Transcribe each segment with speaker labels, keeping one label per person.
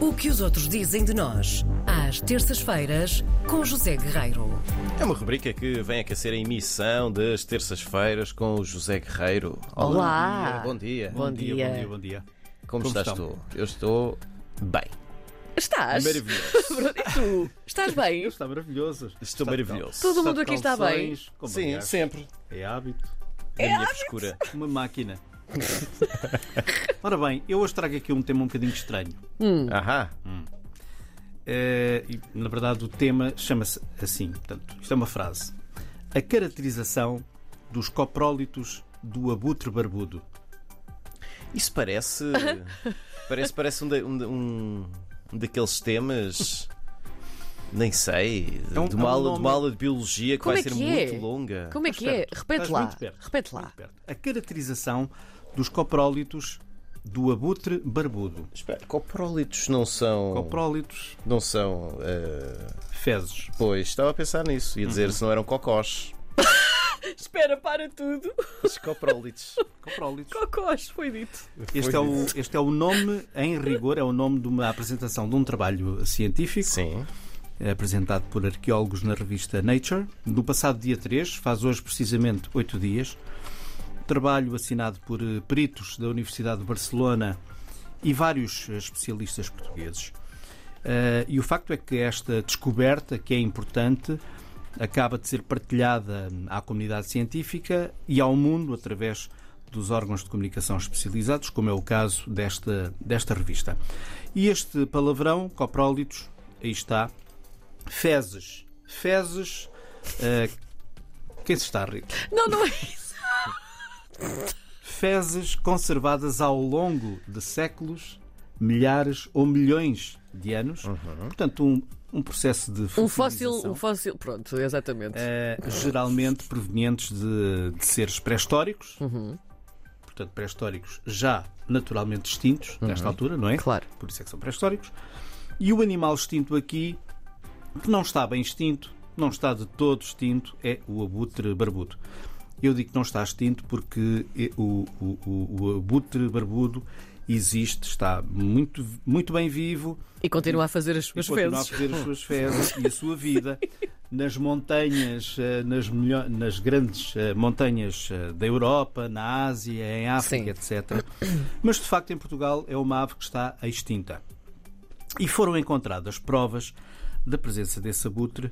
Speaker 1: O que os outros dizem de nós, às terças-feiras, com José Guerreiro.
Speaker 2: É uma rubrica que vem aquecer a emissão das terças-feiras com o José Guerreiro.
Speaker 1: Olá.
Speaker 2: Bom dia.
Speaker 1: Bom
Speaker 2: Bom dia.
Speaker 1: dia.
Speaker 3: Bom dia, bom dia.
Speaker 2: Como,
Speaker 3: Como
Speaker 2: estás
Speaker 3: estão?
Speaker 2: tu? Eu estou bem.
Speaker 1: Estás?
Speaker 2: Maravilhoso.
Speaker 1: Bruno, e tu? Estás bem?
Speaker 3: Está maravilhoso.
Speaker 2: Estou maravilhoso.
Speaker 1: Todo mundo aqui está bem.
Speaker 2: Sim,
Speaker 3: Sim, sim.
Speaker 2: sempre.
Speaker 3: É hábito.
Speaker 2: É a minha frescura.
Speaker 3: Uma máquina. Ora bem, eu hoje trago aqui um tema um bocadinho estranho.
Speaker 1: Hum.
Speaker 2: Ahá.
Speaker 3: Eh, e, na verdade, o tema chama-se assim. Portanto, isto é uma frase. A caracterização dos coprólitos do abutre barbudo.
Speaker 2: Isso parece. parece parece um, da- um da- um- um daqueles temas. Nem sei.
Speaker 3: É um-
Speaker 2: de, uma
Speaker 3: é um
Speaker 2: aula, de uma
Speaker 3: nome-
Speaker 2: aula de biologia que
Speaker 1: Como
Speaker 2: vai
Speaker 1: é
Speaker 2: ser
Speaker 1: que é?
Speaker 2: muito longa.
Speaker 1: Como é
Speaker 3: Estás
Speaker 1: que é?
Speaker 3: perto.
Speaker 1: Repete
Speaker 3: Estás
Speaker 1: lá.
Speaker 3: muito perto.
Speaker 1: Repete lá.
Speaker 3: Muito perto. A caracterização dos coprólitos do abutre barbudo.
Speaker 2: Espera, coprólitos não são.
Speaker 3: Coprólitos,
Speaker 2: Não são. eh,
Speaker 3: fezes.
Speaker 2: Pois, estava a pensar nisso. Ia dizer se não eram cocós.
Speaker 1: Espera, para tudo.
Speaker 2: Os coprólitos.
Speaker 3: Coprólitos.
Speaker 1: Cocós, foi dito.
Speaker 3: Este é, o, este é o nome, em rigor, é o nome de uma apresentação de um trabalho científico
Speaker 2: Sim.
Speaker 3: eh, apresentado por arqueólogos na revista Nature, no passado dia 3, faz hoje precisamente 8 dias. Trabalho assinado por eh, peritos da Universidade de Barcelona e vários eh, especialistas portugueses. Eh, e o facto é que esta descoberta, que é importante, acaba de ser partilhada hum, à comunidade científica e ao mundo através dos órgãos de comunicação especializados, como é o caso desta, desta revista. E este palavrão, coprólitos, aí está, fezes. Fezes. eh, quem se está a rir?
Speaker 1: Não, não é isso.
Speaker 3: Fezes conservadas ao longo de séculos, milhares ou milhões de anos. Portanto, um, um processo de
Speaker 1: Um fóssil,
Speaker 3: fossilização.
Speaker 1: um fóssil. Pronto, exatamente.
Speaker 3: Eh, geralmente provenientes de, de seres pré-históricos, portanto pré-históricos já naturalmente extintos nesta altura, não é?
Speaker 1: Claro.
Speaker 3: Por isso é que são pré-históricos. E o animal extinto aqui, que não está bem extinto, não está de todo extinto, é o abutre barbudo. Eu digo que não está extinto porque eh, o, o- o- o abutre barbudo existe, está muito, muito bem vivo,
Speaker 1: E continua a fazer as suas
Speaker 3: e continua
Speaker 1: vezes.
Speaker 3: a fazer as suas fezes e a sua vida nas montanhas, eh, nas, melho- nas grandes eh, montanhas eh, da Europa, na Ásia, em África, etc. Mas de facto em Portugal é uma ave que está extinta. E foram encontradas provas da presença desse abutre,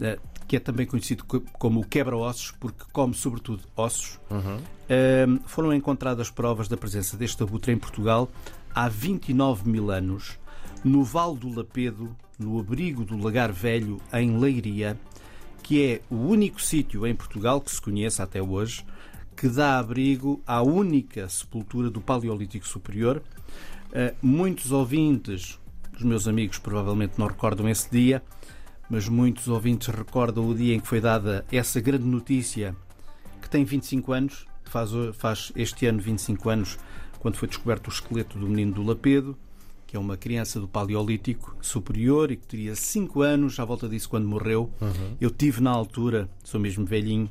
Speaker 3: eh, que é também conhecido co- como o quebra-ossos, porque come sobretudo ossos. Ahm, foram encontradas provas da presença deste abutre em Portugal há 29 mil anos, no Vale do Lapedo, no abrigo do Lagar Velho, em Leiria, que é o único sítio em Portugal que se conheça até hoje que dá abrigo à única sepultura do Paleolítico Superior. Ah, muitos ouvintes, os meus amigos provavelmente não recordam esse dia, mas muitos ouvintes recordam o dia em que foi dada essa grande notícia que tem 25 anos, faz, o- faz este ano 25 anos, quando foi descoberto o esqueleto do menino do Lapedo, que é uma criança do Paleolítico Superior e que teria 5 anos, à volta disso, quando morreu. Eu tive na altura, sou mesmo velhinho,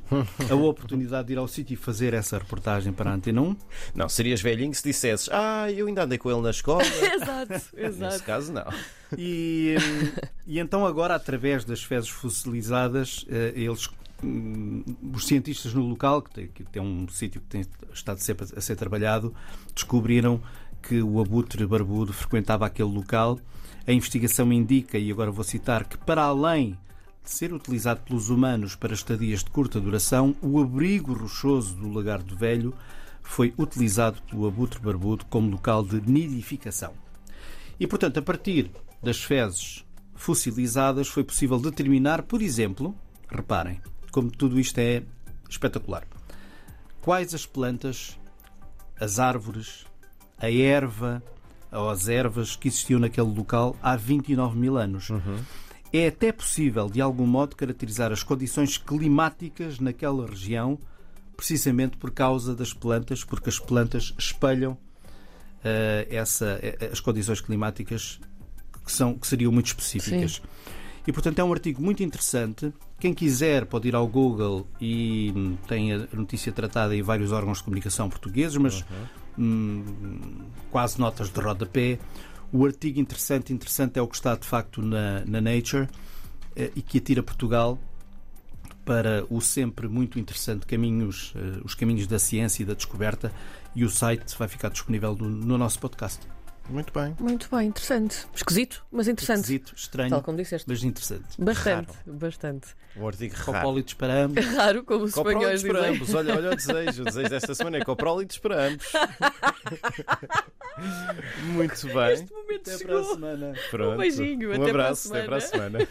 Speaker 3: a oportunidade de ir ao sítio e fazer essa reportagem para a Antena 1.
Speaker 2: Não, serias velhinho se dissesses, ah, eu ainda andei com ele na escola.
Speaker 3: É
Speaker 1: Exato,
Speaker 2: Nesse
Speaker 1: exato.
Speaker 2: caso, não.
Speaker 3: E, hum, e então agora, através das fezes fossilizadas, eh, eles hum, os cientistas no local, que tem, que tem um sítio que tem estado sempre a ser trabalhado, descobriram que o abutre barbudo frequentava aquele local. A investigação indica, e agora vou citar, que para além de ser utilizado pelos humanos para estadias de curta duração, o abrigo rochoso do Lagar do Velho foi utilizado pelo abutre barbudo como local de nidificação. E, portanto, a partir das fezes fossilizadas foi possível determinar, por exemplo, reparem, como tudo isto é espetacular, quais as plantas, as árvores, a erva ou as ervas que existiam naquele local há 29 mil anos. É até possível, de algum modo, caracterizar as condições climáticas naquela região, precisamente por causa das plantas, porque as plantas espelham eh, essa, eh, as condições climáticas que, são, que seriam muito específicas. E, portanto, é um artigo muito interessante. Quem quiser pode ir ao Google e hum, tem a notícia tratada em vários órgãos de comunicação portugueses, mas hum, quase notas de rodapé. O artigo interessante, interessante é o que está de facto na, na Nature eh, e que atira Portugal para o sempre muito interessante caminhos, eh, os caminhos da ciência e da descoberta e o site vai ficar disponível no, no nosso podcast.
Speaker 2: Muito bem.
Speaker 4: Muito bem, interessante. Esquisito, mas interessante.
Speaker 3: Esquisito, estranho,
Speaker 4: Tal como disseste.
Speaker 3: mas interessante.
Speaker 4: Bastante, bastante.
Speaker 2: O artigo raro.
Speaker 3: Copólitos para ambos.
Speaker 4: Raro, como os
Speaker 2: Coprólitos
Speaker 4: espanhóis
Speaker 2: para
Speaker 4: dizem.
Speaker 2: ambos. Olha, olha o desejo. O desejo desta semana é coprólitos para ambos. Muito bem.
Speaker 4: Este momento
Speaker 3: Até para a
Speaker 4: chegou.
Speaker 3: semana.
Speaker 2: Pronto.
Speaker 4: um beijinho,
Speaker 2: Um
Speaker 4: até para a
Speaker 2: abraço. Até para a semana.